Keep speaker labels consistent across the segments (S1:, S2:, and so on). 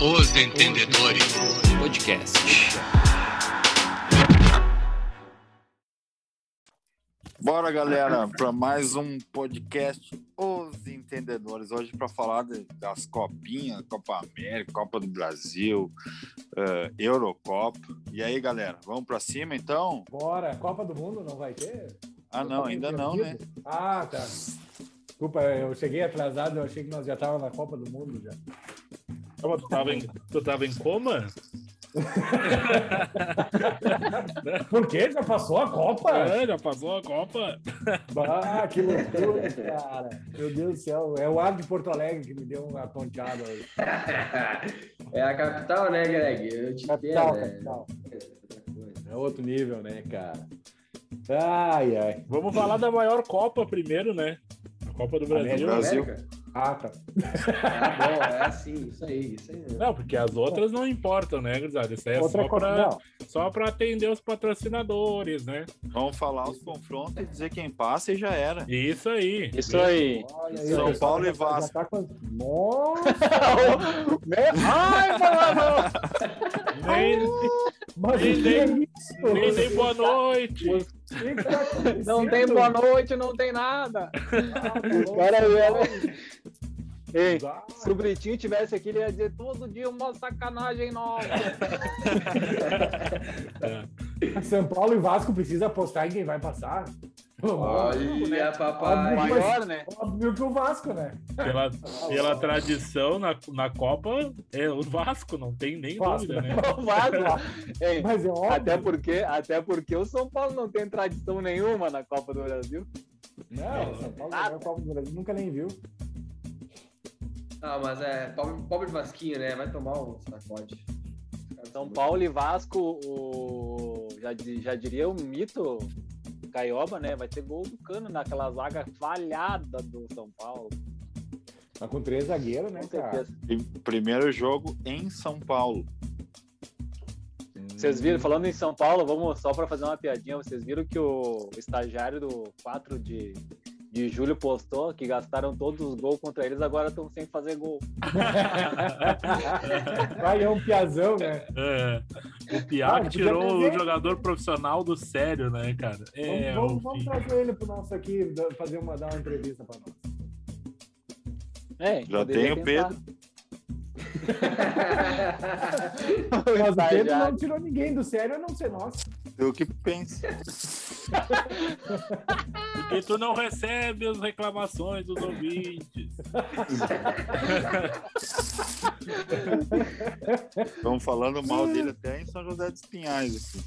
S1: Os Entendedores Podcast.
S2: Bora, galera, para mais um podcast Os Entendedores. Hoje para falar de- das copinhas, Copa América, Copa do Brasil, eh, Eurocopa. E aí, galera, vamos para cima então?
S3: Bora, Copa do Mundo não vai ter?
S2: Ah,
S3: Eu
S2: não,
S3: tava
S2: ainda não, né?
S3: perdido. Ah, tá. Desculpa, eu cheguei atrasado, eu achei que nós já estávamos na Copa do Mundo já.
S4: Ah, mas tu, tava em, tu tava em coma?
S3: Por quê? Já passou a Copa?
S4: É, já passou a Copa.
S3: Ah, que loucura, cara. Meu Deus do céu, é o ar de Porto Alegre que me deu uma tonteada hoje.
S5: É a capital, né, Greg? Eu
S3: Tá
S5: te
S3: Capital,
S5: entendo.
S3: capital.
S5: né?
S3: É outro nível, né, cara? Ai, ai.
S4: Vamos falar da maior Copa primeiro, né? A Copa do Brasil.
S2: Brasil.
S5: América?
S3: Ah, tá.
S5: Ah, bom, é assim, isso aí, isso aí. mesmo.
S4: Não, porque as outras não importam, né, Grisada? Isso aí é
S3: Outra
S4: só
S3: Copa.
S4: pra,
S3: Não,
S4: só pra atender os patrocinadores, né?
S2: Vamos falar os confrontos e dizer quem passa e já era.
S4: Isso aí.
S6: Isso aí.
S3: olha aí,
S2: São
S3: olha,
S2: Paulo e
S3: já tá- já
S2: Vasco.
S3: tá com- Nossa,
S6: Ai, mano!
S4: Nem,
S3: mas
S4: Nem
S3: o que
S4: dei-
S3: é isso?
S4: nem dei boa noite.
S3: O que que tá acontecendo?
S6: Não tem boa noite, não tem nada.
S3: O
S6: Cara, Ei,
S3: Ah,
S6: se o Britinho tivesse aqui, ele ia dizer todo dia uma sacanagem nova.
S3: São Paulo e Vasco precisa apostar em quem vai passar.
S6: Ah.
S5: Olha,
S6: O
S5: papai.
S6: maior, né?
S3: Óbvio que o Vasco, né?
S4: Pela, pela tradição na, na Copa, é o Vasco, não tem nem
S3: Vasco,
S4: dúvida, né?
S6: O Vasco. Ei,
S3: Mas é óbvio.
S6: até porque, até porque o São Paulo não tem tradição nenhuma na Copa do Brasil.
S3: Não, São Paulo é ganhou a Copa do Brasil, nunca nem viu.
S5: Ah, mas é pobre, pobre Vasquinho, né? Vai tomar um sacode. Os caras
S6: São
S5: são
S6: Paulo e Vasco, o, já, di- já diria o mito Caioba, né? Vai ter gol do cano naquela zaga falhada do São Paulo.
S3: Tá com três zagueiros, né,
S6: Com
S3: cara?
S6: certeza.
S2: E Primeiro jogo em São Paulo.
S6: Vocês
S2: Uhum.
S6: viram, falando em São Paulo, vamos só para fazer uma piadinha, vocês viram que o estagiário do 4 de, de julho postou que gastaram todos os gols contra eles, agora estão sem fazer gol.
S3: Vai, é um piazão, né?
S4: É, o
S3: Ah,
S4: Piá
S3: podia
S4: tirou o
S3: trazer.
S4: jogador profissional do sério, né, cara? É,
S3: vamos, vamos-
S4: o
S3: vamos
S4: fim.
S3: trazer ele pro nosso aqui, da- fazer uma, dar uma entrevista pra nós.
S6: É,
S2: Já
S6: poderia
S2: tem o
S6: tentar. O
S3: Mas o Pedro
S6: estagiário.
S3: não tirou ninguém do sério, a não ser nosso.
S2: Eu que penso.
S4: E tu não recebe as reclamações dos ouvintes.
S2: Estão falando mal dele até em São José dos Pinhais. assim.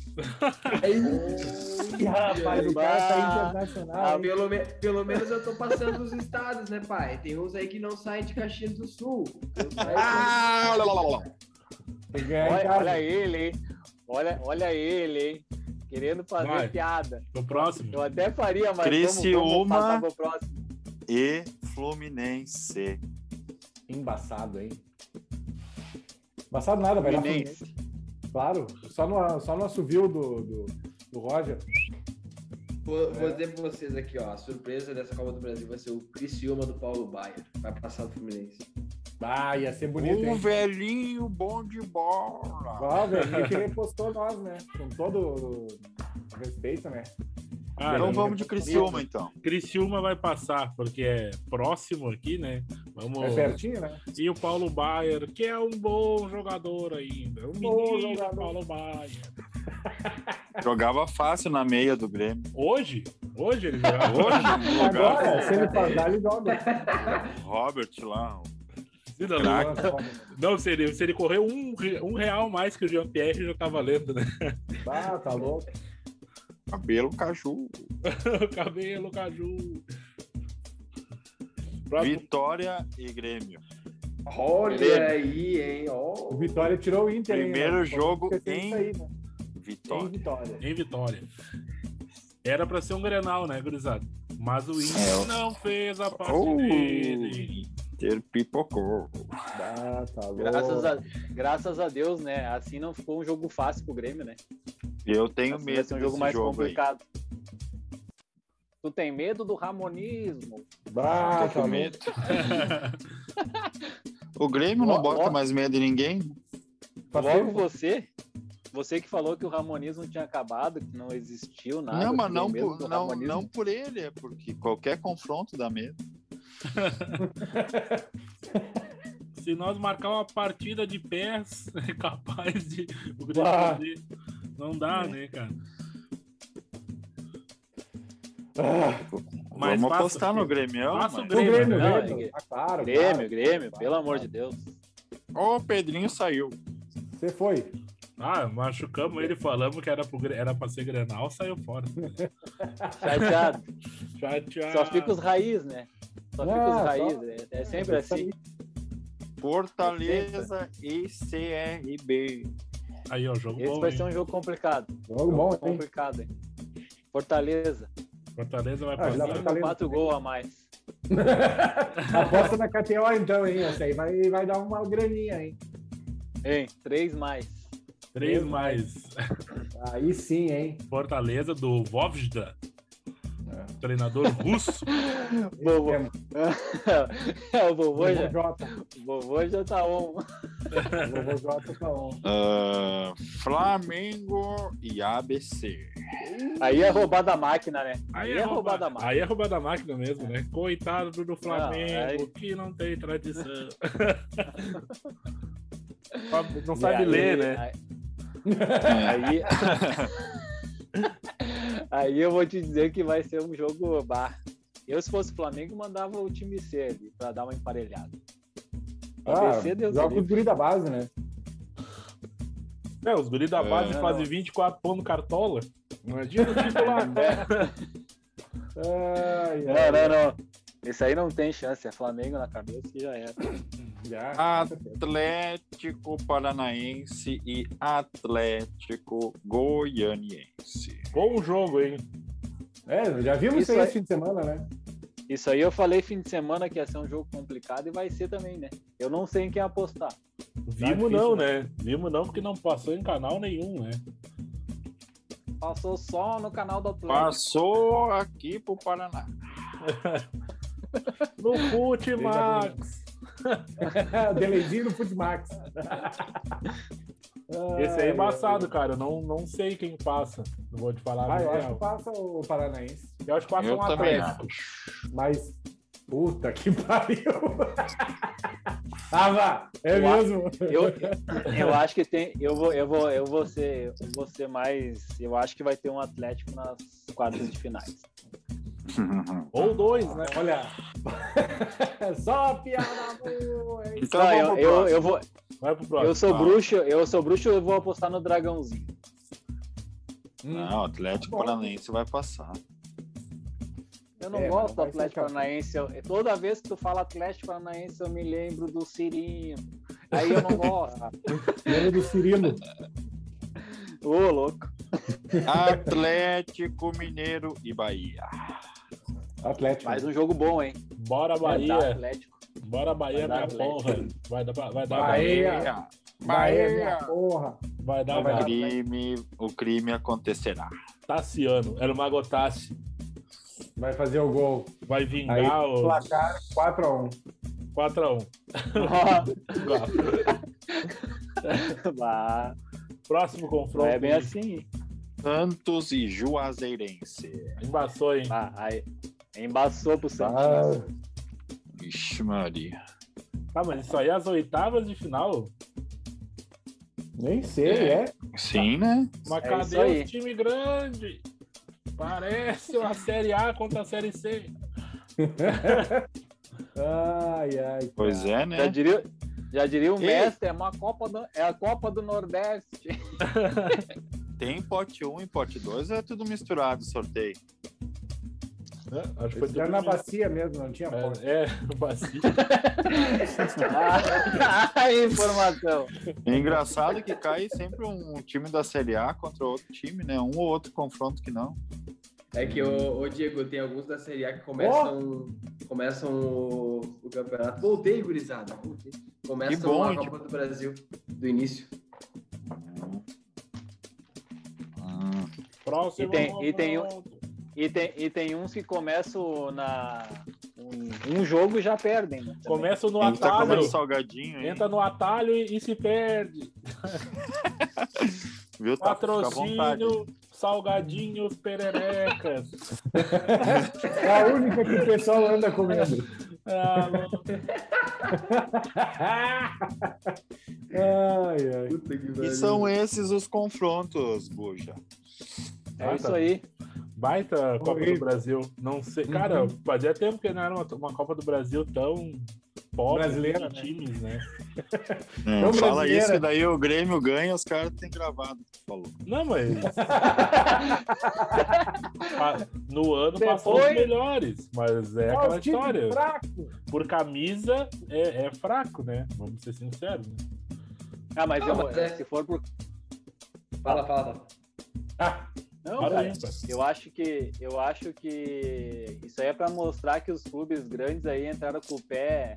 S3: Ih, rapaz, o cara tá internacional.
S5: Ah, pelo, me- pelo menos eu tô passando os estados, né, pai? Tem uns aí que não saem de Caxias do Sul. Eu saio-
S2: Ah, lá, lá, lá, lá.
S3: Tem que ganhar Tá em
S6: Olha,
S3: casa.
S6: olha ele, hein? Olha, olha ele, hein? Querendo fazer
S4: Vai.
S6: piada.
S4: No próximo.
S6: Eu até faria, mas vamos, vamos
S2: Criciúma.
S6: passar pro próximo.
S2: E Fluminense.
S3: Embaçado, hein? Embaçado nada, vai dar
S6: Fluminense.
S3: Fluminense. Claro, só no, só no assovio do, do, do Roger.
S5: Vou, vou dizer pra vocês aqui, ó. A surpresa dessa Copa do Brasil vai ser o Criciúma do Paulo Baier. Vai passar do Fluminense.
S3: Ah, ia ser bonito,
S2: Um
S3: hein?
S2: velhinho bom de bola.
S3: Ó, velho, que repostou nós, né? Com todo respeito, né?
S4: Ah,
S2: então
S4: não,
S2: vamos de Criciúma, então.
S4: Criciúma vai passar, porque é próximo aqui, né? Vamos.
S3: É certinho, né?
S4: E o Paulo Baier, que é um bom jogador ainda. Um
S3: Bom
S4: menino
S3: jogador.
S4: Paulo Baier.
S2: Jogava fácil na meia do Grêmio.
S4: Hoje? Hoje ele joga?
S2: Hoje, jogava
S3: Agora, se ele pagar, ele dobra.
S2: o Robert lá.
S3: tá
S4: Não,
S2: Craque.
S4: Não, se ele, se ele correu um, re- um real mais que o Jean-Pierre, já tá valendo, né?
S3: Ah, tá louco.
S2: Cabelo caju.
S4: Cabelo, caju. Próximo.
S2: Vitória e Grêmio.
S5: Olha É aí, hein? Ó.
S3: O Vitória tirou o Inter. hein,
S2: Primeiro
S3: né?
S2: jogo
S3: Esqueceu
S2: em-
S3: isso aí, né? Em
S2: Vitória.
S3: Vitória.
S4: Em Vitória. Era pra ser um Grenal, né, gurizada? Mas o Inter
S2: É, eu-
S4: não fez a parte
S2: Oh,
S4: dele.
S2: ter pipocou.
S3: Ah, tá louco.
S6: Graças a, graças a Deus, né? Assim não ficou um jogo fácil pro Grêmio, né?
S2: Eu tenho
S6: assim vai
S2: medo desse
S6: ser um jogo mais
S2: jogo aí.
S6: complicado. Tu tem medo do ramonismo?
S2: Tô
S3: Ah, tá
S2: com
S3: louco.
S2: medo. O Grêmio
S6: Ó,
S2: não bota
S6: ó.
S2: mais medo em ninguém.
S3: Faz
S6: Logo
S3: tempo.
S6: você, você que falou que o Ramonismo tinha acabado, que não existiu nada.
S2: não, mas
S6: que
S2: não
S6: tem medo
S2: por,
S6: do
S2: não,
S6: Ramonismo.
S2: não por ele, é porque qualquer confronto dá medo.
S4: Se nós marcar uma partida de pés, é capaz de o Grêmio
S3: Bah.
S4: perder. Não dá, né, cara?
S3: Ah,
S4: Mas
S2: Vamos
S4: faça,
S2: apostar no
S4: filho.
S2: Grêmio.
S4: Faça o
S2: mas-
S3: o Grêmio,
S6: Não,
S3: Grêmio.
S6: é que-
S3: Ah, claro,
S6: Grêmio,
S3: claro.
S6: Grêmio, pelo amor de Deus.
S2: Ó, o Pedrinho saiu.
S3: Você foi.
S4: Ah, machucamos ele, falamos que era, pro, Gre- era pra ser Grenal, saiu fora.
S6: Tá Chateado.
S4: Chateado.
S6: Só fica os raiz, né? Só fica
S3: Ah,
S6: os
S3: só-
S6: raiz. né? É, sempre
S3: Isso
S6: assim.
S3: aí.
S2: Fortaleza e CRB.
S4: Aí, ó, jogo
S6: Esse
S4: é bom,
S6: vai
S4: hein? Tá
S6: ser um jogo complicado.
S3: Jogo
S6: Jogo
S3: bom, hein?
S6: complicado, hein? Fortaleza.
S4: Tá Fortaleza vai
S3: Ah, já
S4: passar.
S3: vai-
S6: Mínimo
S3: Fortaleza.
S6: quatro gols a mais.
S3: Aposta na KTO então, hein? Essa aí vai, vai dar uma graninha, hein?
S6: Hein? Três mais.
S4: Três mais.
S3: Aí sim, hein?
S4: Fortaleza do Vovda. Treinador russo.
S6: Vovô.
S3: É,
S6: É, o vovô
S3: Vovô
S6: já.
S3: Jota.
S6: O vovô já tá on.
S3: Vovô Jota tá on.
S2: Ah, Flamengo e ABC.
S6: Aí é roubar da máquina, né?
S4: Aí é
S6: roubar da
S4: roubada
S6: máquina.
S4: Aí é roubada da máquina mesmo, né? Coitado do Flamengo,
S6: aí-
S4: que não tem tradição. não sabe
S6: Aí-
S4: ler, né?
S2: É,
S6: Aí. Aí eu vou te dizer que vai ser um jogo bar. Eu, se fosse Flamengo, mandava o time C ali pra dar uma emparelhada.
S3: Ah,
S6: ABC, Deus
S3: joga
S6: me
S3: com os guri da base, né?
S4: É, os guris da base
S6: É.
S4: fazem 24 pontos no cartola. Imagina o titular.
S3: Ai, ai,
S6: Não, não, não. Isso aí não tem chance. É Flamengo na cabeça e já era.
S3: já.
S2: Atlético Paranaense e Atlético Goianiense.
S4: Bom jogo, hein?
S3: É, já vimos isso
S6: Isso
S3: aí
S6: aí.
S3: esse fim de semana, né?
S6: Isso aí eu falei fim de semana que ia ser um jogo complicado e vai ser também, né? Eu não sei em quem apostar.
S4: Vimos
S6: difícil,
S4: não, né? Vimos não, porque não passou em canal nenhum, né?
S6: Passou só no canal do Atlético.
S2: Passou aqui pro Paraná.
S4: No Fute Max.
S3: Delezinho no Footmax.
S4: Esse aí é
S3: Ai,
S4: embaçado, cara. Eu não, não sei quem passa. Não vou te falar.
S3: Ah,
S4: a
S3: eu acho
S4: real.
S3: que passa o Paranaense.
S4: eu acho que passa
S2: Eu
S4: um
S2: também
S4: Atlético.
S3: Mas. Puta que pariu! ah, vá! É
S6: Uá.
S3: mesmo?
S6: Eu, eu acho que tem. Eu vou, eu vou, eu vou ser, eu vou ser mais. Eu acho que vai ter um Atlético nas quartas de finais.
S3: Ah,
S4: Ou dois, né?
S3: Olha! Só piada boa! hein?
S2: Então vamos
S6: Não, eu,
S2: pro
S6: eu,
S2: próximo.
S6: eu vou,
S4: Vai pro próximo.
S6: eu sou
S2: Ah.
S6: bruxo, eu sou bruxo, eu vou apostar no dragãozinho.
S2: Não, Atlético
S3: Bom.
S2: Paranaense vai passar.
S6: Eu não
S3: É, mas não
S6: gosto do
S3: vai ser
S6: Atlético
S3: campeão.
S6: Paranaense. eu- toda vez que tu fala Atlético Paranaense, eu me lembro do Cirino. Aí eu não gosto.
S3: Lembra do Cirilo.
S6: Ô, louco.
S2: Atlético Mineiro e Bahia.
S3: Atlético.
S6: Mais um jogo bom, hein?
S4: Bora,
S6: Vai dar
S4: Bahia.
S6: Atlético.
S4: Bora, Bahia,
S6: Vai dar
S4: minha
S6: Atlético.
S4: porra. Vai dar, vai dar
S3: Bahia. Bahia, minha
S2: Bahia.
S3: porra!
S4: Vai dar,
S3: Vai
S4: vai
S3: dar.
S2: Crime, o crime acontecerá.
S4: Tassiano. Era o Mago Tassi.
S3: Vai fazer o gol.
S4: Vai vingar
S3: Aí,
S4: o
S3: Placar 4x1.
S4: 4x1.
S6: Bah,
S4: Próximo
S6: não
S4: confronto.
S6: é bem assim.
S2: Santos e Juazeirense.
S4: Embaçou, hein?
S6: Bah, aí, embaçou pro Santos. né?
S3: Ah,
S2: Ixi, Maria.
S4: Tá, mas isso aí é as oitavas de final.
S6: É
S3: nem sei, é?
S2: Sim, né?
S4: Mas
S6: É isso
S4: cadê
S6: aí.
S4: os time grande? Parece uma Série A contra a Série C.
S3: Ai, ai.
S2: Pois é, né?
S6: Já diria, já diria o
S2: Ei.
S6: mestre, é, uma Copa do, é a Copa do Nordeste.
S2: Tem pote 1 e pote 2, é tudo misturado o sorteio. É,
S4: Acho que
S3: Era
S6: é
S3: na bacia mesmo, não tinha porta.
S4: É, é, bacia.
S6: Ah, a informação.
S2: É engraçado que cai sempre um time da Série A contra outro time, né? Um ou outro confronto que não.
S5: É que, ô, ô, Diego, tem alguns da Série A que começam, começam o, o campeonato. Voltei, gurizada. voltei. Começam
S2: Que bom,
S5: a
S2: hein,
S5: Copa do Brasil do início.
S2: Hum.
S4: Próximo.
S6: E tem- e tem um-
S4: confronto.
S6: E tem, e tem uns que começam na, um- Um jogo já perdem. né, também.
S4: Começa no
S2: Tem que tá
S4: atalho,
S2: comendo salgadinho, hein?
S4: entra no atalho e, e se perde.
S2: Viu? Tá, fica à vontade.
S4: Patrocínio, salgadinhos, pererecas.
S3: É a única que o pessoal anda comendo.
S4: Ah, louco.
S3: Ai, ai.
S5: Puta que
S2: E são esses os confrontos, Buja.
S6: É isso aí.
S4: Baita Copa do
S3: Horrível. Uhum.
S4: Brasil. Não sei. Cara, fazia tempo que não era uma, uma Copa do Brasil tão pobre
S3: Brasileira,
S4: de
S3: né?
S4: times, né?
S2: É,
S3: Então,
S2: fala
S3: brasileira.
S2: isso que daí o Grêmio ganha, os caras têm gravado. que Falou.
S4: Não, mas. Pa- no ano passou os
S6: Depois-
S4: melhores. Mas é
S3: Olha
S4: aquela
S3: os times
S4: história.
S3: fracos.
S4: Por camisa é, é fraco, né? Vamos ser sinceros. né?
S6: Ah, mas,
S5: Não,
S6: eu-
S5: mas é-
S6: se for por.
S5: Fala, fala. fala.
S3: Ah,
S6: Não,
S4: Para
S6: cara,
S4: aí, cara.
S6: eu acho que eu acho que isso aí é pra mostrar que os clubes grandes aí entraram com o pé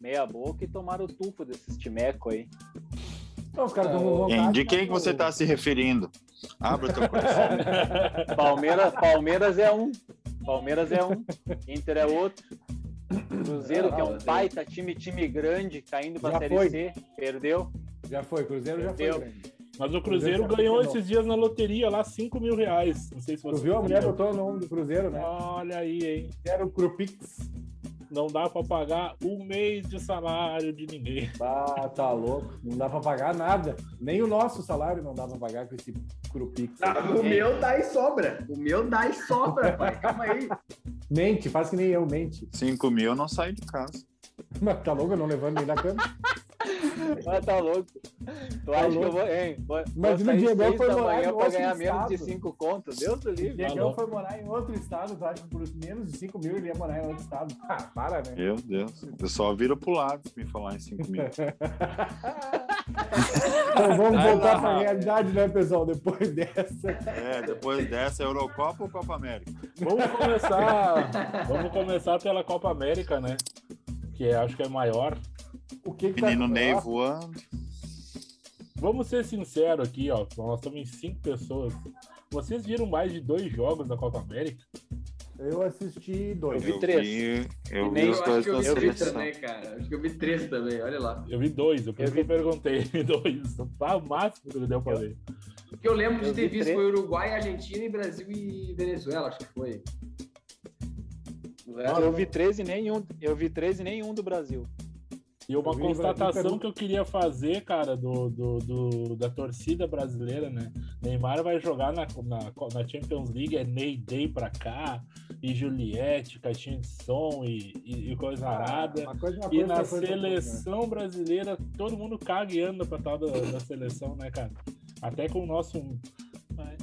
S6: meia boca e tomaram o tufo desses timeco aí.
S3: Então, os caras estão com
S2: Quem-
S3: vontade.
S2: É,
S3: né,
S2: De quem que você tá se referindo? Abra teu coração.
S6: Palmeiras, Palmeiras é um, Palmeiras é um, Inter é outro. Cruzeiro que é um baita time, time grande caindo pra
S3: Já
S6: série
S3: foi.
S6: C, perdeu.
S3: Já foi, Cruzeiro já foi. né?
S6: Entendeu?
S3: grande.
S4: Mas o Cruzeiro
S3: Cruzeiro
S4: ganhou
S3: campeão.
S4: esses dias na loteria lá 5 mil reais. Não sei se
S3: Tu
S4: você né?
S3: viu? A mulher botou o nome do Cruzeiro, né?
S4: Olha aí, hein?
S3: Era o Crupix.
S4: Não dá pra pagar um mês de salário de ninguém.
S3: Ah, tá louco. Não dá pra pagar nada. Nem o nosso salário não dá pra pagar com esse Crupix.
S5: Ah, o meu dá e sobra. O meu dá e sobra, pai. Calma aí.
S3: Mente, faz que nem eu, mente.
S2: 5 mil eu não saio de casa.
S3: Mas tá louco, eu não levanto nem da cama.
S6: Ah, tá louco. Tu
S3: Tá
S6: acha que eu vou, hein? Vou,
S3: Imagina o
S6: vou sair
S3: Diegão
S6: seis
S3: foi
S6: da
S3: morar
S6: manhã
S3: em
S6: pra
S3: outro
S6: ganhar menos de
S3: estado.
S6: 5 conto. Deus do livre.
S4: Tá
S3: Diegão
S4: louco.
S3: foi morar em outro estado, tu acha que por menos de 5 mil ele ia morar em outro estado? Ah, para, né?
S2: Meu Deus. O pessoal vira pro lado se me falar em 5 mil.
S3: Então vamos
S2: Vai
S3: voltar
S2: lá,
S3: pra
S2: Raul.
S3: realidade, né, pessoal? Depois dessa.
S2: É, depois dessa, Eurocopa ou Copa América?
S4: Vamos começar. vamos começar pela Copa América, né? Que é- acho que é maior.
S3: O que que tá
S2: Menino Ney voando.
S4: Vamos ser sinceros aqui, ó. Nós estamos em cinco pessoas. Vocês viram mais de dois jogos da Copa América?
S3: Eu assisti dois.
S6: vi três.
S2: vi- eu
S6: E
S2: vi
S6: nem-
S2: os
S5: Eu acho
S2: dois
S5: que eu
S2: da
S5: vi três
S2: seleção.
S5: também, cara. Acho que eu vi três também, olha lá.
S4: Eu vi dois, eu, por
S6: Eu
S4: isso que eu perguntei. Vi dois. Tá o máximo que deu pra ver.
S5: Porque eu lembro de
S6: Eu
S5: ter
S6: vi
S5: visto
S6: três.
S5: foi Uruguai, Argentina e Brasil e Venezuela, acho que foi. O resto-
S6: Eu vi 13 nenhum, eu vi 13 nenhum do Brasil.
S4: E uma
S3: Eu vi
S4: constatação
S3: Brasil,
S4: que eu queria fazer, cara, do, do, do- da torcida brasileira, né? Neymar vai jogar na, na, na Champions League, é Ney Day pra cá, e Juliette, caixinha de som e, e, e coisa arada.
S3: Ah, Uma coisa, uma
S4: E
S3: coisa,
S4: na
S3: outra coisa, outra coisa, né?
S4: seleção brasileira, todo mundo caga e anda pra tal da, da seleção, né, cara? Até com o nosso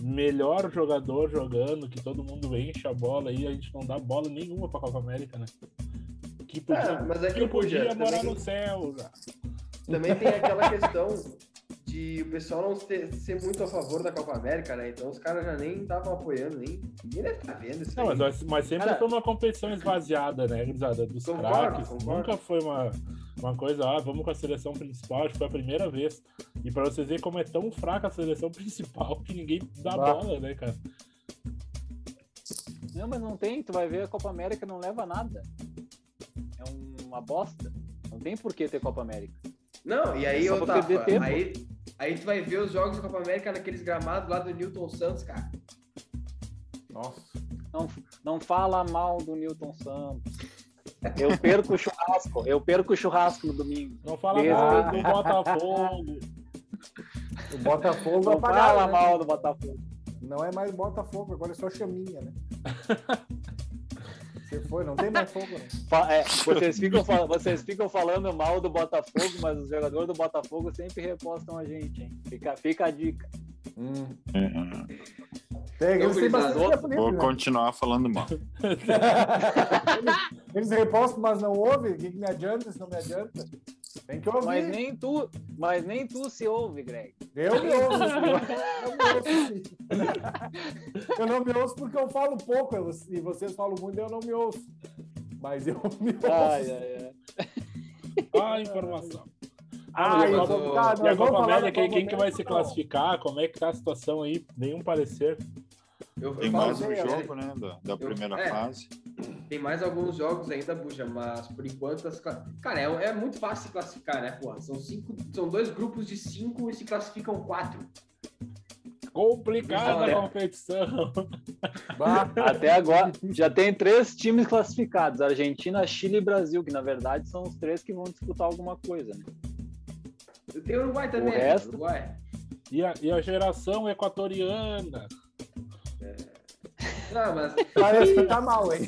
S4: melhor jogador jogando, que todo mundo enche a bola aí, a gente não dá bola nenhuma pra Copa América, né? Que podia,
S5: Ah, mas é que
S4: que
S5: eu
S4: podia
S5: podia,
S4: morar
S5: também,
S4: no céu. já.
S5: também tem aquela questão de o pessoal não ser, ser muito a favor da Copa América, né? Então os caras já nem estavam apoiando, nem. Ninguém deve estar vendo isso.
S4: Não,
S5: aí.
S4: mas, nós- mas sempre
S6: Cara-
S4: foi uma competição esvaziada, né, gurizada? Dos
S5: Concordo,
S4: craques.
S5: concordo.
S4: Nunca foi uma, uma coisa, ah, vamos com a seleção principal, acho que foi a primeira vez. E pra vocês verem como é tão fraca a seleção principal que ninguém dá
S3: Bah.
S4: bola, né, cara?
S6: Não, mas não tem, tu vai ver a Copa América não leva a nada. É um- uma bosta. Não tem por que ter Copa América.
S5: Não, e aí
S6: É só
S5: eu
S6: pra
S5: tava.
S6: perder tempo.
S5: Aí, aí tu vai ver os jogos da Copa América naqueles gramados lá do Newton Santos, cara.
S3: Nossa.
S6: Não, não fala mal do Newton Santos. Eu perco o churrasco. Eu perco o churrasco no domingo.
S4: Não fala
S6: Beleza.
S4: mal do Botafogo.
S3: O Botafogo
S6: Não
S3: apagaram,
S6: fala
S3: né?
S6: mal do Botafogo.
S3: Não é mais Botafogo, agora é só chaminha, né? Você foi, não tem mais fogo, né?
S6: Fa- é, vocês, ficam, fal- vocês ficam falando mal do Botafogo, mas os jogadores do Botafogo sempre repostam a gente, hein? Fica, fica a dica.
S4: Hum.
S3: É,
S5: Então,
S3: eles têm
S5: gurizada,
S3: bastante
S6: vou-
S3: tempo livre,
S2: Vou
S3: né?
S2: continuar falando mal.
S3: Eles repostam, mas não ouvem. O que que me adianta se não me adianta? Tem que ouvir.
S6: Mas nem tu, mas nem tu se ouve, Greg.
S3: Eu me ouço. Eu me ouço. sim. Eu não me ouço porque eu falo pouco. eu- E vocês falam muito, eu não me ouço. Mas eu me ouço.
S4: é.
S6: Ai, ai, ai.
S4: Ah, informação.
S3: Ah,
S4: e a
S3: eu
S4: Copa-
S3: vou- tá,
S4: e a
S3: nós vamos
S4: Copa
S3: falar da
S4: América, aí,
S3: Copa
S4: quem que
S3: América,
S4: vai
S3: então.
S4: se
S3: não.
S4: classificar? Como é que tá a situação aí? Nenhum parecer.
S5: Eu, eu
S2: Tem
S5: falo
S2: mais um
S5: sério.
S2: jogo, né? Da, da primeira
S5: é.
S2: fase.
S5: Tem mais alguns jogos ainda, Buja, mas por enquanto. As... cla- Cara, é, é muito fácil se classificar, né, porra? São, cinco, são dois grupos de cinco e se classificam quatro.
S4: Complicada
S5: Olha.
S4: a competição.
S3: Bah,
S6: Até agora, já tem três times classificados: Argentina, Chile e Brasil, que na verdade são os três que vão disputar alguma coisa. Né?
S5: Tem o Uruguai também, né?
S6: resto?
S5: Uruguai.
S4: E a, e a geração equatoriana.
S5: Não, mas,
S3: parece que tá mal, hein?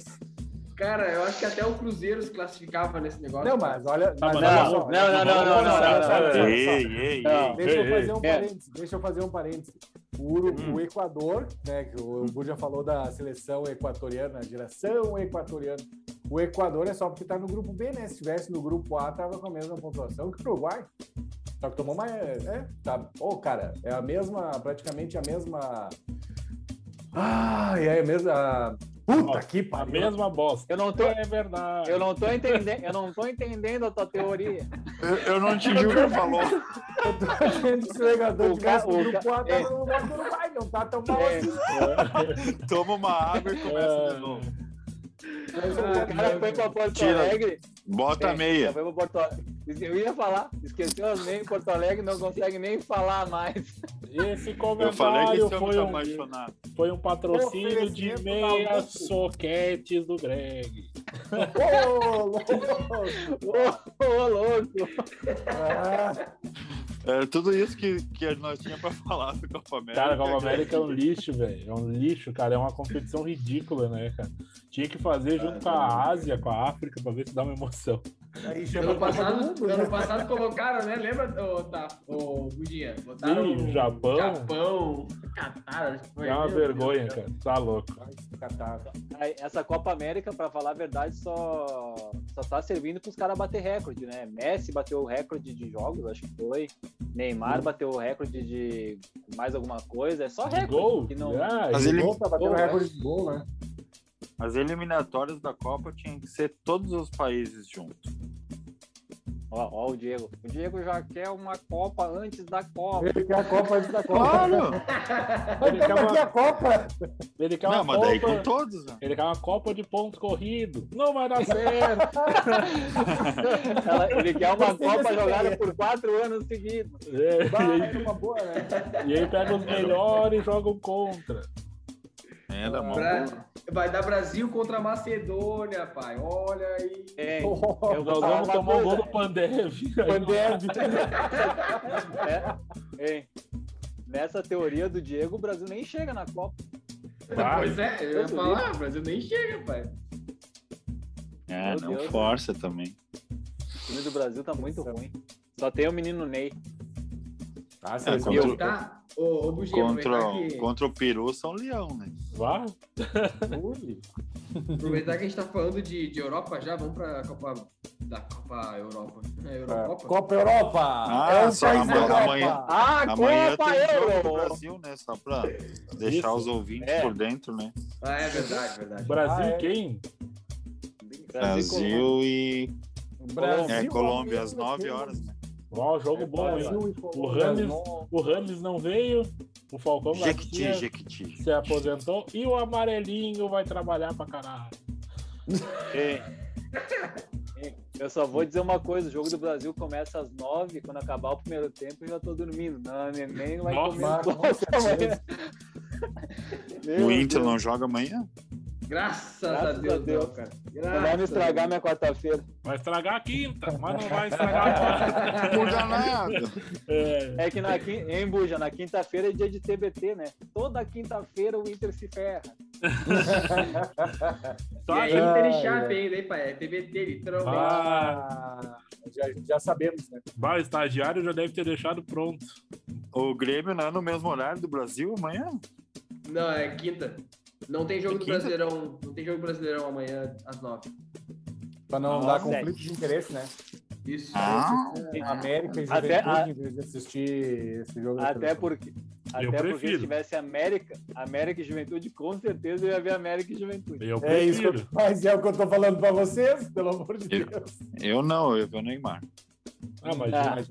S5: cara, eu acho que até o Cruzeiro se classificava nesse negócio.
S3: Não, mas olha. mas
S4: mas
S3: olha
S4: não,
S3: só,
S6: Tá não, não, não, não, não, não,
S3: É,
S6: não, não.
S2: Ei, ei,
S6: Não. Hum.
S2: ei.
S3: Deixa eu fazer um
S6: É.
S3: parênteses. Deixa eu fazer um parênteses. O, Uru- o Equador, né? Que o Bu já falou da seleção equatoriana, a geração equatoriana. O Equador é só porque tá no grupo B, né? Se estivesse no grupo A, tava com a mesma pontuação que o Uruguai. Só que tomou mais. É, tá. Ô, cara, é a mesma, praticamente a mesma. Ah, é a mesma. Puta que
S4: A
S3: pariu.
S4: mesma bosta.
S6: Eu não tô,
S4: É verdade.
S6: eu não tô entendendo, eu não tô entendendo a tua teoria.
S2: Eu, eu não entendi o que ele falou.
S3: Se o Equador
S6: O
S3: tivesse
S6: ca-
S3: no
S6: o
S3: grupo
S6: ca-
S3: A,
S6: é.
S3: tava no lugar do Uruguai, não tá tão mal
S6: É,
S3: assim.
S2: Toma uma água e começa de novo.
S6: o cara foi pra Porto
S2: Tira.
S6: Alegre.
S2: Bota a meia.
S6: Foi pra Porto Alegre. Eu ia falar, esqueceu as meias em Porto Alegre, não consegue nem falar mais.
S4: Esse
S2: Eu falei que
S4: comentário
S2: você é
S4: foi
S2: muito
S4: um,
S2: apaixonado.
S4: foi um patrocínio de
S3: Oferecimento da
S4: meia
S3: Augusto.
S4: soquetes do Greg.
S3: Ô, louco!
S6: Ô, ô, louco!
S3: Ah,
S2: Era É, tudo isso que, que nós tínhamos pra falar do Copa América.
S4: Cara, a Copa América é um lixo, velho. É um lixo, cara. É uma competição ridícula, né, cara? Tinha que fazer junto com a Ásia, com a África, pra ver se dá uma emoção.
S3: aí chama
S5: Ano
S3: Copa do
S5: passado,
S3: Mundo, né?
S5: ano passado colocaram, né? Lembra, ô, tá, ô, Budinha? Botaram
S4: Sim, Japão.
S5: Japão, Catar, acho que foi.
S4: É uma
S5: Meu Deus
S4: vergonha,
S5: do céu.
S4: cara. Tá louco.
S3: Ai, catar.
S6: Aí, Essa Copa América, pra falar a verdade, só, só tá servindo pros caras bater recorde, né? Messi bateu o recorde de jogos, acho que foi. Neymar bateu o recorde de mais alguma coisa. É só
S4: De
S6: recorde.
S4: gol?
S6: que não...
S4: Ah,
S2: Mas
S4: de
S2: ele-
S4: gol.
S3: Opa, bateu
S6: Pô,
S3: o recorde de gol, né?
S2: As eliminatórias da Copa tinham que ser todos os países juntos.
S6: Ó, ó o Diego. O Diego já quer uma Copa antes da Copa.
S3: Ele quer a Copa antes da Copa.
S2: Claro!
S3: Mas
S4: Ele quer
S3: tamo aqui
S4: uma,
S3: a Copa!
S4: ele quer
S2: Não,
S4: uma
S2: mas daí com
S4: Copa.
S2: todos, né?
S4: Ele quer uma Copa de ponto corrido. Não vai dar certo.
S6: Ela- ele quer uma
S3: Gostei dessa
S6: Copa jogada
S3: ideia.
S6: por quatro anos seguidos.
S4: É,
S3: Bah,
S4: e, aí,
S3: era uma boa, né?
S4: e aí pega os melhores e jogam contra.
S2: É, da mão.
S5: Bra- Vai dar Brasil contra a Macedônia, pai. Olha aí.
S6: É,
S3: Oh,
S6: eu vou
S4: Nós
S6: falar
S4: vamos
S6: uma
S4: tomar o gol
S6: coisa.
S4: do Pandev.
S3: Pandev.
S6: É, é. Nessa teoria do Diego, o Brasil nem chega na Copa. Tá.
S4: Vai.
S5: Pois é, eu ia
S6: Deus
S5: falar, o Brasil nem chega, pai.
S2: É,
S6: Meu
S2: não
S6: Deus.
S2: força também.
S6: O time do Brasil tá muito
S4: é.
S6: ruim. Só tem o menino Ney.
S3: Ah,
S2: É,
S3: seleção-
S2: contra-
S5: Tá? Ô, ô Bugia,
S2: Contra,
S5: aproveitar que,
S2: contra o Peru, São Leão, né?
S4: Vá.
S3: Ui.
S5: aproveitar que a gente tá falando de, de Europa já, vamos pra Copa da Copa Europa. É, Eurocopa?
S3: Copa Europa!
S2: Ah,
S3: é um
S2: só
S3: país da
S2: amanhã-
S3: Europa!
S2: amanhã.
S6: Ah,
S2: Amanhã
S6: Copa
S2: tem jogo do
S6: Euro!
S2: Brasil, né? Só pra deixar
S4: Isso.
S2: os ouvintes
S6: É.
S2: por dentro, né?
S5: Ah, é verdade, verdade.
S4: Brasil
S3: Ah, é.
S4: quem?
S2: Brasil e
S3: Brasil,
S2: é, Colômbia, às
S3: Brasil,
S2: 9 horas, né?
S4: Ó, jogo
S3: É,
S4: bom, hein?
S3: Brasil e
S4: O
S3: Colômbia.
S4: Rames, o Rames não veio, o Falcão
S2: Jequiti,
S4: Garcia
S2: Jequiti.
S4: se aposentou e o Amarelinho vai trabalhar pra caralho.
S6: Ei. Ei, Eu só vou dizer uma coisa: o jogo do Brasil começa às nove, quando acabar o primeiro tempo, eu já tô dormindo. Não, nem- nem vai
S4: Nossa,
S6: comer.
S3: Marcos,
S6: Nossa, amanhã.
S2: O
S6: Meu
S2: Inter
S6: Deus.
S2: não joga amanhã?
S5: Graças,
S6: Graças
S5: a Deus,
S6: a Deus.
S5: não, cara.
S6: Não vai me estragar minha quarta-feira.
S4: Vai estragar a quinta, mas não vai estragar a quarta.
S2: Por danado!
S4: É,
S6: É que na quinta, hein, Buja? Na quinta-feira é dia de TBT, né? Toda quinta-feira o Inter se ferra.
S5: E
S4: só
S5: é
S4: a-
S5: Inter e Chape ainda, hein, pai? É TBT, literalmente.
S4: Ah,
S3: Ah, já, já sabemos, né?
S4: bah, o estagiário já deve ter deixado pronto.
S2: O Grêmio não é no mesmo horário do Brasil amanhã?
S5: Não, é quinta. Não tem jogo
S2: É
S5: do
S2: quinta?
S5: Brasileirão. Não tem jogo do Brasileirão amanhã às nove.
S3: Pra não
S6: Ah,
S3: dar
S6: sério.
S3: conflito de interesse, né?
S5: Isso.
S2: Ah,
S3: América e Juventude,
S6: Até a-
S3: em vez de assistir esse jogo. da
S6: Até
S3: seleção.
S6: porque,
S4: Eu
S6: até porque
S4: prefiro.
S6: se tivesse América, América e Juventude, com certeza eu ia ver América e Juventude.
S4: Eu
S3: É isso que
S4: prefiro.
S3: eu, mas é o que eu tô falando pra vocês, pelo amor de
S2: Eu-
S3: Deus.
S2: eu não, eu vou Neymar.
S4: Ah, mas
S6: Ah.
S3: Imagina,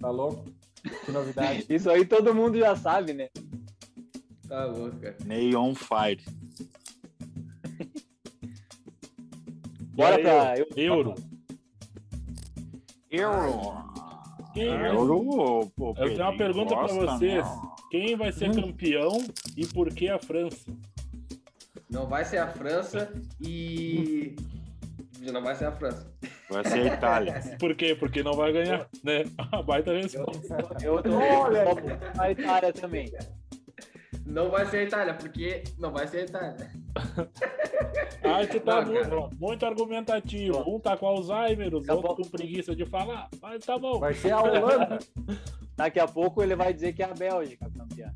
S3: tá louco? Que novidade.
S6: Isso aí todo mundo já sabe, né?
S5: Tá louco, cara.
S2: Ney on fire.
S6: Bora pra
S4: Euro. Euro.
S2: Euro.
S4: Quem vai-
S2: Euro. pô,
S4: Eu tenho uma
S2: Pedrinho
S4: pergunta pra
S2: gosta, né?
S4: vocês.
S2: meu.
S4: Quem vai ser campeão e por que a França?
S5: Não vai ser a França e. Não vai ser a França.
S2: Vai ser a Itália.
S4: Por quê? Porque não vai ganhar, né? A baita resposta.
S6: Eu tô
S3: Olha!
S6: a Itália também.
S5: Não vai ser a Itália, porque não vai ser a Itália.
S4: Ai, tu tá
S5: Não,
S4: muito,
S5: cara.
S4: muito argumentativo. Um tá com Alzheimer, os
S6: Tá
S4: outros
S6: bom.
S4: com preguiça de falar. Mas tá bom.
S3: Vai ser a Holanda.
S6: Daqui a pouco ele vai dizer que é a Bélgica campeã.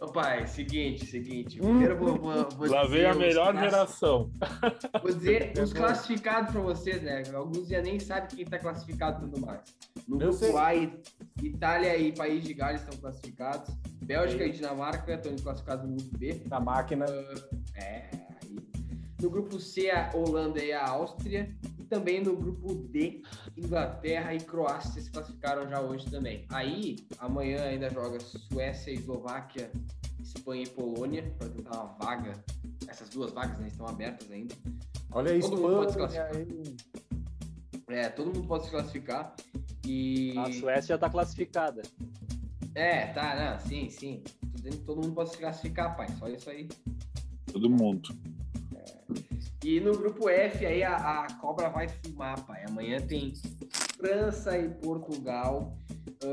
S5: Ô pai, seguinte, seguinte.
S3: Hum.
S5: Primeiro eu vou, vou, vou
S4: Lá
S5: dizer
S4: veio a
S5: os
S4: melhor
S5: classi-
S4: geração.
S5: Vou dizer os classificados pra vocês, né? Alguns já nem sabem quem tá classificado e tudo mais. No
S3: Eu sei.
S5: grupo A, I- Itália e País de Gales estão classificados. Bélgica e Dinamarca estão classificados no grupo B.
S3: Na máquina.
S5: É, aí. No grupo C, a Holanda e a Áustria. E também no grupo D, Inglaterra e Croácia se classificaram já hoje também. Aí, amanhã ainda joga Suécia, Eslováquia, Espanha e Polônia para tentar uma vaga. Essas duas vagas né, estão abertas ainda.
S3: Olha isso.
S5: Todo mundo pode se classificar. É, todo mundo pode se classificar. E.
S6: A Suécia já tá classificada.
S5: É, tá, não, sim, sim. Tô dizendo que todo mundo pode se classificar, pai. Só isso aí.
S2: Todo mundo.
S5: E no grupo F aí a, a cobra vai fumar, pai. Amanhã tem França e Portugal.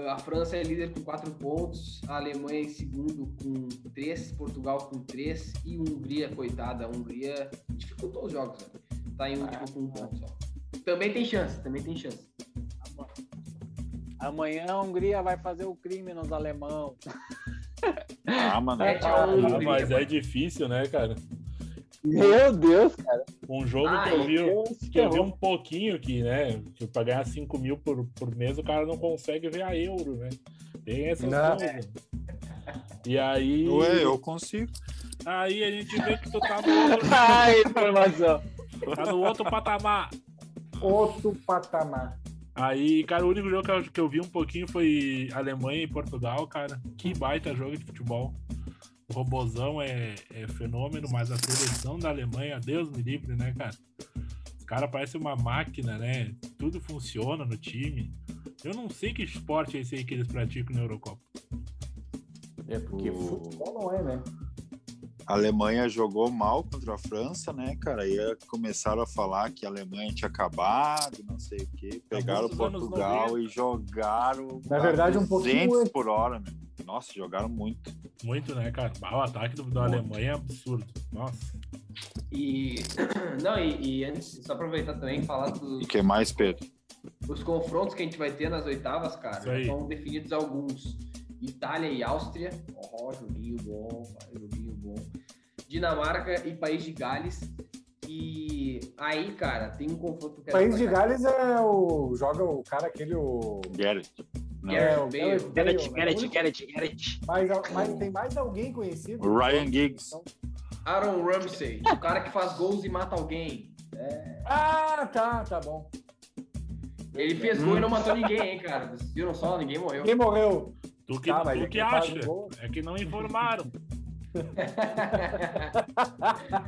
S5: Ah, a França é líder com quatro pontos, a Alemanha em segundo com três, Portugal com três e Hungria, coitada. A Hungria dificultou os jogos, né? Tá em último com um ponto só. Também tem chance, também tem chance.
S6: Amanhã a Hungria vai fazer o crime nos alemão.
S2: Ah, mano.
S5: Sete a um,
S4: Ah,
S5: Hungria,
S4: mas é
S5: pai.
S4: difícil, né, cara?
S6: Meu Deus,
S4: Um jogo que
S5: Ai,
S4: eu vi,
S6: Deus,
S4: que eu vi um pouquinho que, né? Que pra ganhar 5 mil por, por mês o cara não consegue ver a euro, né? Tem essas
S3: Não.
S4: coisas. E aí.
S2: Ué, eu consigo.
S4: Aí a gente vê que tu tá no outro,
S6: Ai, Ah, informação.
S4: tá no outro patamar.
S3: Outro patamar.
S4: Aí, cara, o único jogo que eu, que eu vi um pouquinho foi Alemanha e Portugal, cara. Que baita jogo de futebol. O Robozão é, é fenômeno, mas a seleção da Alemanha, Deus me livre, né, cara? Os caras parecem uma máquina, né? Tudo funciona no time. Eu não sei que esporte é esse aí que eles praticam na Eurocopa.
S3: É porque
S2: O-
S3: futebol não é, né?
S2: A Alemanha jogou mal contra a França, né, cara? E aí começaram a falar que a Alemanha tinha acabado, não sei o quê. Pegaram
S4: dos anos
S2: Portugal
S4: 90.
S2: e jogaram.
S3: Na
S2: a
S3: verdade, um pouquinho
S2: 200
S3: antes.
S2: por hora, meu. Nossa, jogaram muito.
S4: Muito, né, cara? Bah, O ataque do, da Alemanha é absurdo. Nossa. é
S5: E. Não, e, e antes, só aproveitar também e falar do,
S2: E que mais, Pedro?
S5: Os confrontos que a gente vai ter nas oitavas, cara,
S4: Isso
S5: já
S4: aí.
S5: estão definidos alguns. Itália e Áustria. Ó, joguinho bom, pai, joguinho bom. Dinamarca e País de Gales. E aí, cara, tem um confronto que eu quero
S3: País de
S5: destacar.
S3: Gales é o. Joga o cara aquele. O...
S2: Garrett. Não.
S5: Gareth
S3: É, o
S5: Bale.
S3: Gareth Bale,
S7: Garrett,
S3: né?
S7: Garrett, Garrett, Garrett.
S3: Mas, al- mas tem mais alguém conhecido?
S2: O Ryan Giggs.
S5: Aaron Ramsey, o cara que faz gols e mata alguém.
S3: Ah, tá, tá bom.
S5: Ele fez gol e não matou ninguém, hein, cara. Vocês viram só? Ninguém morreu.
S3: Quem morreu?
S4: Tu que,
S3: Tá, mas
S4: tu
S3: é
S4: que
S3: que faz
S4: acha?
S3: gol.
S4: É que não informaram.
S5: Tá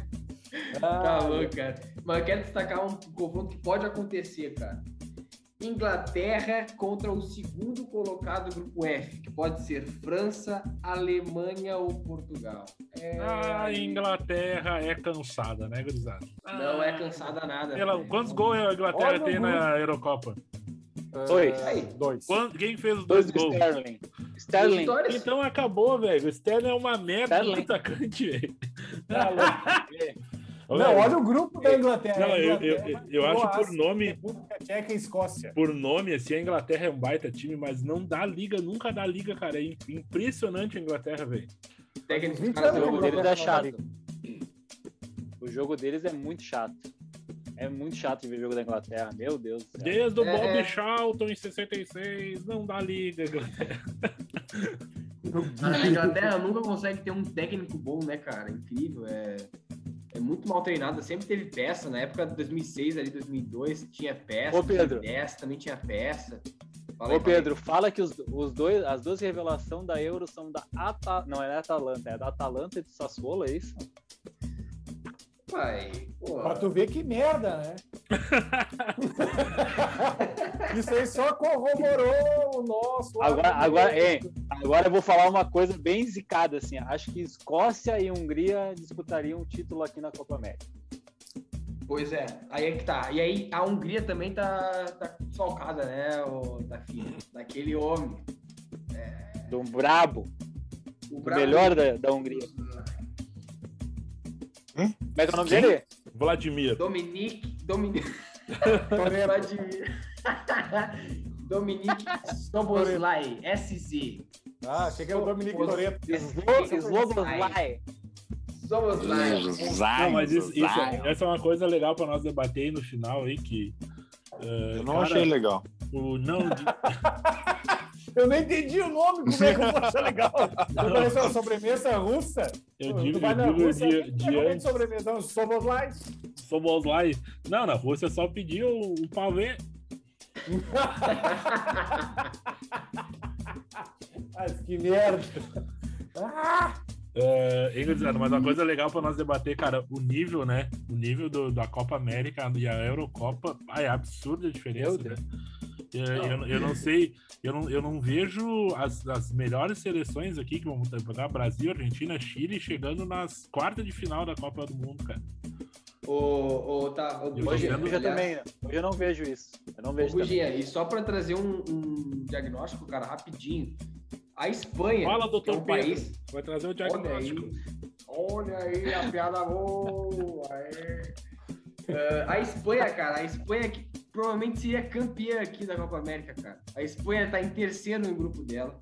S3: Ah,
S5: louco, cara. Mas eu quero destacar um confronto que pode acontecer, cara. Inglaterra contra o segundo colocado do grupo F, que pode ser França, Alemanha ou Portugal. É...
S4: A Inglaterra é cansada, né, gurizada?
S5: Não é cansada nada.
S4: Pela-
S5: velho.
S4: quantos gols a Inglaterra
S3: Olha o
S4: tem
S3: gol.
S4: na Eurocopa?
S3: ah,
S6: Dois.
S3: Aí, Dois.
S4: Quan- quem fez os dois
S6: Dois do
S4: gols?
S6: Sterling.
S5: Que
S6: Sterling.
S5: Histórias...
S4: Então acabou, velho. O Sterling é uma merda de
S6: Sterling.
S4: atacante, velho.
S3: Tá louco.
S4: Ô,
S3: Não,
S4: velho,
S3: olha o grupo da Inglaterra.
S4: não, eu, eu,
S3: Inglaterra,
S4: eu- eu acho por
S3: Croácia,
S4: nome,
S3: República Tcheca e Escócia.
S4: por nome, assim, a Inglaterra é um baita time, mas não dá liga, nunca dá liga, cara. É im- impressionante a Inglaterra, velho.
S5: Técnicos
S3: Uns 20
S5: caras
S3: anos
S5: são
S3: que
S6: jogo
S3: a
S5: horríveis.
S6: deles é
S3: Inglaterra não
S6: chato. O jogo deles é muito chato. É muito chato de ver o jogo da Inglaterra. Meu Deus do céu.
S4: Desde o
S5: É.
S4: Bob Charlton em 66, não dá liga. Inglaterra.
S5: A Inglaterra nunca consegue ter um técnico bom, né, cara? Incrível, é... É muito mal treinada, sempre teve peça. Na época de 2006, ali 2002, tinha peça.
S6: Ô, Pedro.
S5: Tinha peça, também tinha peça. Fala aí, fala aí.
S6: Ô Pedro, fala que os, os dois, as duas revelações da Euro são da Ata, não é da Atalanta, é da Atalanta e do Sassuolo, é isso?
S5: pai. Pô,
S3: Pra tu ver que merda, né? Isso aí só corroborou o nosso.
S6: Agora,
S3: argumento.
S6: agora, é, agora eu vou falar uma coisa bem zicada, assim. Acho que Escócia e Hungria disputariam o título aqui na Copa América.
S5: Pois é, aí é que tá. E aí a Hungria também tá, tá salcada, né, o, da filha, daquele homem.
S6: Do brabo,
S5: O
S6: o
S5: Brasil-
S6: melhor da, da Hungria. Como é que é o nome
S2: Quem?
S6: dele?
S4: Vladimir.
S5: Dominique, Dominique,
S3: Torero.
S5: Vladimir. Dominique Soboslai, SZ.
S3: Ah, achei que era o Dominique
S5: Os-
S3: Toreto.
S6: Slo- Sloboslai.
S5: Soboslai.
S4: Não,
S2: Zion,
S4: mas isso, isso-
S2: Zion.
S4: essa é uma coisa legal pra nós debater aí no final aí que. eh,
S2: Eu não
S4: cara,
S2: achei legal.
S4: o- não, de-
S3: Eu não entendi o nome, como é que eu vou achar legal? Eu parece uma sobremesa é russa.
S4: eu
S3: Tu
S4: digo,
S3: vai na
S4: eu digo
S3: Rússia,
S4: de,
S3: é
S4: de
S3: realmente
S4: antes,
S3: sobremesa, um não, Soboslai.
S4: somos lá. e- Não, na Rússia só pediu o pavê.
S3: Mas que merda. Ah,
S4: Eh, hein, gurizada, mas
S3: Uhum.
S4: uma coisa legal pra nós debater, cara, o nível, né? O nível do- da Copa América e a Eurocopa, ai, é absurda a diferença,
S6: Meu
S4: né?
S6: Deus.
S4: Eh, Eu, eu não sei, eu não, eu não vejo as, as melhores seleções aqui que vão jogar Brasil, Argentina, Chile chegando nas quartas de final da Copa do Mundo, cara.
S5: O, o, tá, o
S4: Eu tô
S6: Hoje,
S5: Bugia,
S4: vendo.
S6: hoje eu um
S5: aliás,
S6: também. Hoje eu não vejo isso. Eu não
S5: Ô,
S6: vejo também.
S5: Bugia, e só para trazer um, um diagnóstico, cara, rapidinho. A Espanha,
S4: Fala,
S5: que é
S4: doutor
S5: um
S4: Pedro.
S5: país.
S4: Vai trazer o
S5: Olha aí,
S4: diagnóstico.
S5: olha aí a piada boa. é. Eh, a Espanha, cara, a Espanha que provavelmente seria campeã aqui da Copa América, cara. A Espanha tá em terceiro no grupo dela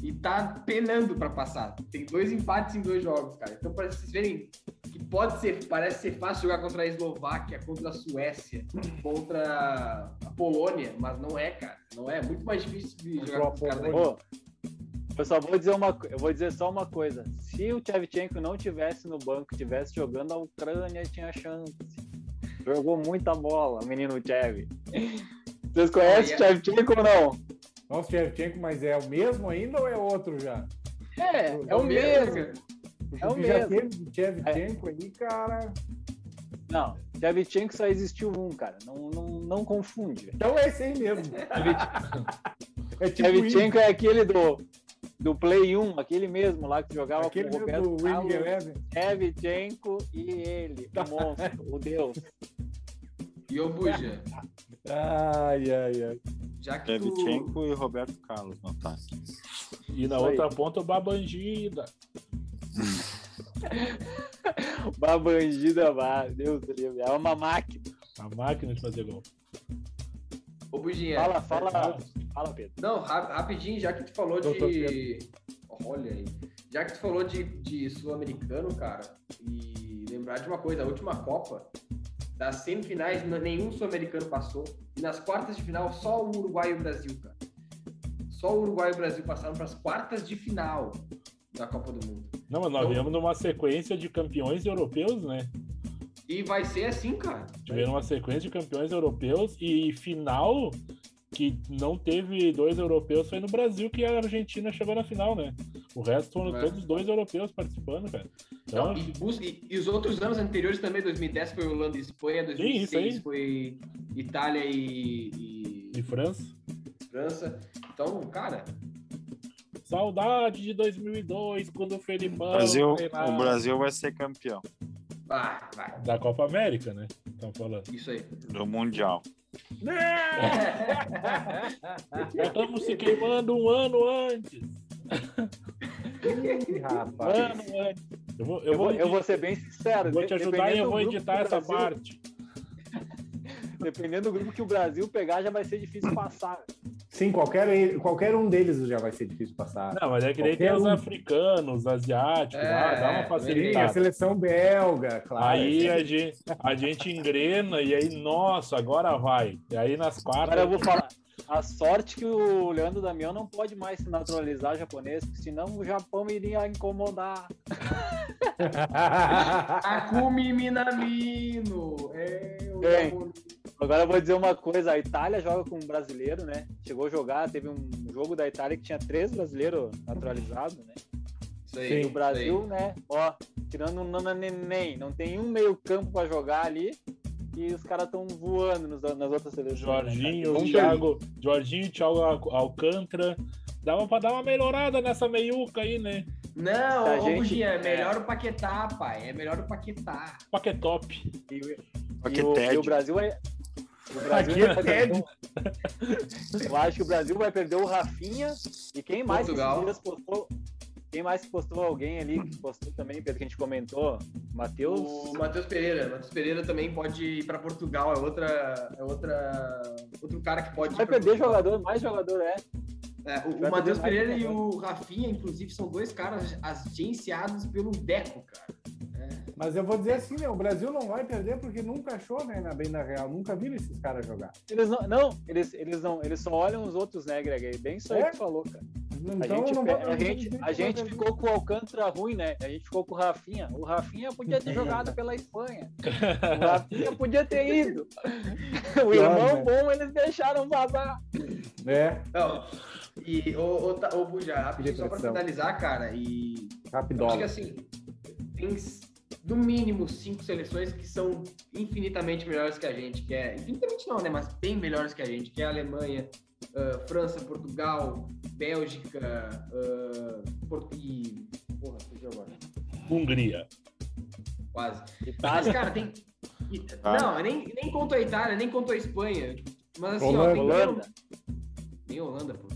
S5: e tá penando pra passar. Tem dois empates em dois jogos, cara. Então, para vocês verem que pode ser, parece ser fácil jogar contra a Eslováquia, contra a Suécia, contra a Polônia, mas não é, cara. Não é. É muito mais difícil de
S3: Contra
S5: jogar
S3: a
S5: contra os caras daqui.
S6: Ô, eu só vou dizer uma, co- eu vou dizer só uma coisa. Se o Tchevchenko não tivesse no banco, tivesse jogando a Ucrânia, tinha chance. Jogou muita bola, o menino Tchev. Vocês conhecem o
S5: Olha.
S6: Tchevchenko ou não?
S3: Nossa, Shevchenko, mas é o mesmo ainda ou é outro já?
S6: É, é
S5: É
S6: o mesmo.
S5: cara.
S6: É o
S3: Porque já
S6: mesmo.
S3: teve Shevchenko aí, cara.
S6: Não, Tchevchenko só existiu um, cara. Não, não, não confunde. velho.
S3: Então é esse aí mesmo. É tipo
S6: Tchevchenko é aquele do, do Play 1, aquele mesmo lá que
S3: o-
S6: jogava
S3: aquele
S6: com o
S3: do né?
S6: Roberto
S3: Winning
S6: Carlos.
S3: Eleven.
S6: Tchevchenko e ele, o monstro, o deus.
S5: E ô, Buja,
S3: Ai, ai, ai.
S5: já que tu...
S2: Shevchenko e Roberto Carlos não tá.
S4: E na
S6: Isso aí.
S4: outra ponta, o Babangida.
S6: Babangida, vá, Deus do livre. É uma máquina.
S4: A máquina de fazer gol.
S5: Ô,
S4: É,
S5: Buginha.
S6: Fala, fala, fala, Pedro.
S5: Não, ra- rapidinho, já que tu falou
S3: Doutor
S5: de. Olha aí. Já que tu falou de, de sul-americano, cara, e lembrar de uma coisa, a última Copa, das semifinais, n- nenhum sul-americano passou. E nas quartas de final, só o Uruguai e o Brasil, cara. Só o Uruguai e o Brasil passaram para as quartas de final da Copa do Mundo.
S4: Não, mas nós
S5: Então-
S4: viemos numa sequência de campeões europeus, né?
S5: E vai ser assim, cara.
S4: Tiveram uma sequência de campeões europeus e final que não teve dois europeus foi no Brasil que a Argentina chegou na final, né? O resto foram
S5: É.
S4: todos dois europeus participando, cara. Então,
S5: Não, e, bus- e- e os outros anos anteriores também, 2010 foi Holanda e Espanha,
S4: isso aí.
S5: 2006 foi Itália e, e
S4: de França.
S5: França. Então, cara,
S4: Saudade de 2002, quando o Felipão...
S2: Brasil,
S4: treinava-
S2: o Brasil vai ser campeão
S5: vai, vai.
S4: Da Copa América, né? Estão falando.
S5: Isso aí.
S2: do Mundial.
S4: Já estamos se queimando um ano antes.
S3: Ih,
S6: Um
S3: rapaz.
S6: ano antes.
S4: Eu vou,
S6: Eu vou,
S4: eu
S6: eu vou ser bem sincero.
S4: vou te ajudar e
S6: dependendo
S4: eu
S6: do
S4: vou
S6: grupo que
S4: editar
S6: o
S4: essa
S6: Brasil-
S4: parte.
S6: Dependendo do grupo que o Brasil pegar, já vai ser difícil passar.
S3: Sim, qualquer, qualquer um deles já vai ser difícil passar.
S4: Não, mas é que nem
S3: Qualquer
S4: tem os
S3: um. africanos,
S4: africanos, asiáticos,
S5: É,
S4: lá, dá uma
S5: é,
S3: Sim, a
S4: facilitada.
S3: seleção belga, claro.
S6: né?
S4: Aí a gente, a gente engrena e aí, nossa, agora vai. E aí nas quartas.
S6: Agora eu vou falar. A sorte que o Leandro Damião não pode mais se naturalizar japonês, porque senão o Japão iria incomodar.
S5: Akumi Minamino. É o
S6: Bem.
S5: japonês.
S6: Agora eu vou dizer uma coisa, a Itália joga com um brasileiro, né? Chegou a jogar, teve um jogo da Itália que tinha três brasileiros naturalizados, né?
S5: Isso
S6: E
S5: aí.
S6: o Brasil, né? Ó, tirando o Nana Neném, não tem um meio campo pra jogar ali e os caras estão voando nos- nas outras seleções. né, cara?
S4: Jorginho,
S5: Vamos ver.
S4: Thiago, Jorginho, Thiago Al- Alcântara. Dava pra dar uma melhorada nessa meiuca aí, né?
S5: Não,
S6: A
S5: ô,
S6: gente-
S5: Buginha, é
S6: é.
S5: melhor o Paquetá, pai. É melhor o Paquetá.
S4: é Paquetop.
S6: E, o-
S2: Só
S6: e
S2: que
S6: o, e
S2: tédio.
S6: o Brasil é. O Brasil
S4: Aqui é
S6: vai perder o- Eu acho que o Brasil vai perder o Rafinha e quem mais
S5: Portugal.
S6: que esses dias postou. Quem mais que postou alguém ali, que postou também, Pedro, que a gente comentou? Matheus.
S5: O Matheus Pereira. Matheus Pereira também pode ir pra Portugal. É outra. É outra. Outro cara que pode. ir
S6: Vai
S5: pra
S6: perder
S5: Portugal.
S6: jogador, mais jogador é.
S5: É, o
S6: Vai
S5: o Matheus
S6: perder mais
S5: Pereira e
S6: jogador.
S5: o Rafinha, inclusive, são dois caras agenciados pelo Deco, cara.
S3: Mas eu vou dizer assim, né? O Brasil não vai perder porque nunca achou, né? Na bem da real, nunca viram esses caras jogar.
S6: Eles não, não, eles, eles não, eles só olham os outros, né, Greg? É bem isso aí
S3: É?
S6: que tu falou, cara. A
S3: Então
S6: gente,
S3: não
S6: pe-
S3: vai-
S6: a gente,
S3: não
S6: a
S3: vai
S6: gente
S3: perder.
S6: ficou com o Alcântara ruim, né? A gente ficou com o Rafinha. O Rafinha podia ter jogado pela Espanha. O Rafinha podia ter ido. O irmão bom eles deixaram vazar.
S3: É,
S5: Não. E ô, ô, Ta- ô Buja, rapidinho, só pra
S3: depressão.
S5: finalizar, cara, e Eu
S3: rapidão.
S5: acho que assim, tem s- no mínimo cinco seleções que são infinitamente melhores que a gente, que é. Infinitamente não, né? Mas bem melhores que a gente, que é a Alemanha, ah, França, Portugal, Bélgica, ah, Port- e. Porra, fugiu agora.
S4: Hungria.
S5: Quase. Mas,
S6: Itália,
S5: cara, tem. e-
S2: Ah.
S5: Não, eu nem, nem conto a Itália, nem conto a Espanha. Mas assim, ó,
S3: Holanda.
S5: tem
S6: Holanda.
S5: Nem Holanda, pô.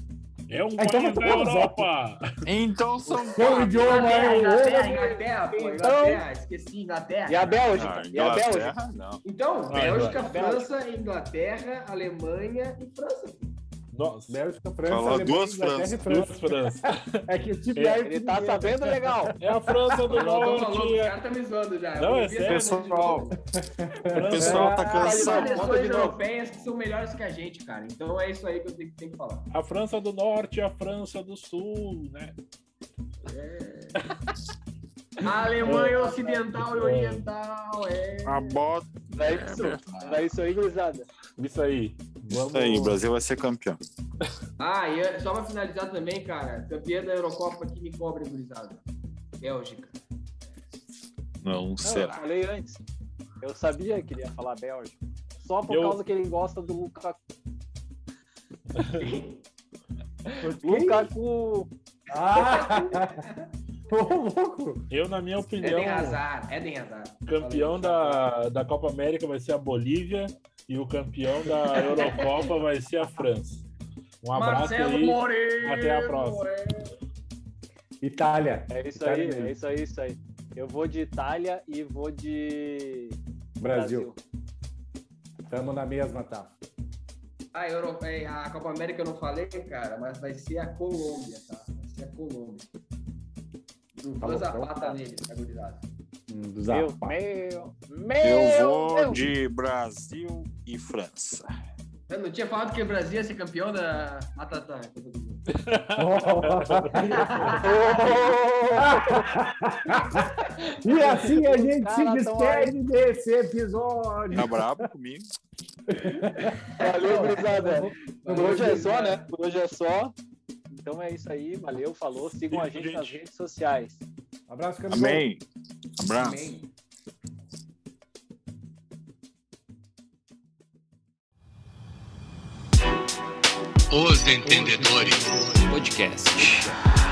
S4: É um
S3: Ah, então
S4: país
S3: vamos
S4: da
S3: todos, ó.
S4: Europa.
S2: Então são
S3: Seu
S2: quatro.
S3: idioma
S5: Ah,
S6: tá
S5: Inglaterra,
S3: é
S5: Inglaterra,
S3: o
S5: Inglaterra, pô,
S6: Então-
S5: Inglaterra, esqueci, Inglaterra.
S6: né? E a
S2: Ah,
S6: Bélgica. E a Bélgica.
S2: Inglaterra, não.
S5: Então,
S4: Ah,
S5: Bélgica,
S6: Bélgica.
S5: França, Inglaterra, Alemanha e França. é
S4: Nossa,
S3: Bélgica, França,
S2: Falou
S3: Alemanha,
S2: duas
S3: Inglaterra e
S4: duas
S3: França.
S4: França.
S3: É que o time
S4: Ele-
S3: é
S6: Ele tá
S3: time-
S6: sabendo legal.
S4: É a França do
S5: Eu não tô falando, os
S4: Norte. é
S5: caras tá me zoando já.
S4: Não,
S5: Eu
S4: é
S5: vi
S4: sério.
S5: essa coisa de
S2: Pessoal,
S5: novo.
S2: O pessoal tá
S5: Tem
S2: cansado.
S6: Bota de
S5: seleções
S6: novo.
S5: europeias que são melhores que a gente, cara. Então é isso aí que eu tenho, tenho que falar.
S4: A França do Norte, a França do Sul, né?
S5: A Alemanha Ocidental e Oriental é.
S2: A bota.
S6: É isso, é isso aí, gurizada.
S4: Isso aí. Vamos.
S2: Isso aí, o Brasil vai ser campeão.
S5: Ah, e é- só pra finalizar também, cara, campeã da Eurocopa que me cobre, gurizada. Bélgica.
S2: Não
S6: Não, Eu
S2: será.
S6: falei antes. Eu sabia que ele ia falar Bélgica. Só por
S4: Eu-
S6: causa que ele gosta do Lukaku.
S3: Quem?
S6: Lukaku.
S3: Ah! Ô, louco!
S4: Eu, na minha opinião,
S5: Eden Hazard, Eden Hazard.
S4: campeão da, da Copa América vai ser a Bolívia e o campeão da Eurocopa vai ser a França. Um abraço
S5: Marcelo
S4: aí.
S5: Moreno.
S4: Até a próxima.
S3: Itália.
S6: É isso
S3: Itália
S6: aí,
S3: mesmo.
S6: é isso aí, é isso aí. Eu vou de Itália e vou de
S3: Brasil. Estamos na mesma, tá?
S5: A, Euro... é, a Copa América eu não falei, cara, mas vai ser a Colômbia, tá? Vai ser a Colômbia. Do
S3: Tá
S5: Fã
S3: bom,
S5: Zapata
S3: tá.
S5: nele, tá gurizada.
S3: Um
S6: Meu,
S3: Zapata.
S6: meu,
S2: Eu
S6: meu,
S2: vou
S6: meu.
S2: de Brasil e França. Tá
S5: Eu não tinha falado que o Brasil ia ser campeão da. Ah, tá, tá.
S3: e assim a gente
S6: Os
S3: se
S6: caras tão aí.
S3: despede desse episódio.
S2: Tá brabo comigo?
S6: Valeu, gurizada. Por hoje é só,
S5: gurizada.
S6: né? Por hoje é só. Então é isso aí, valeu, falou. Sigam a
S4: Sigam a
S6: gente nas
S4: gente.
S6: redes sociais.
S3: Abraço, Camilo.
S2: Amém. Abraço.
S5: Amém.
S1: Os Entendedores Podcast.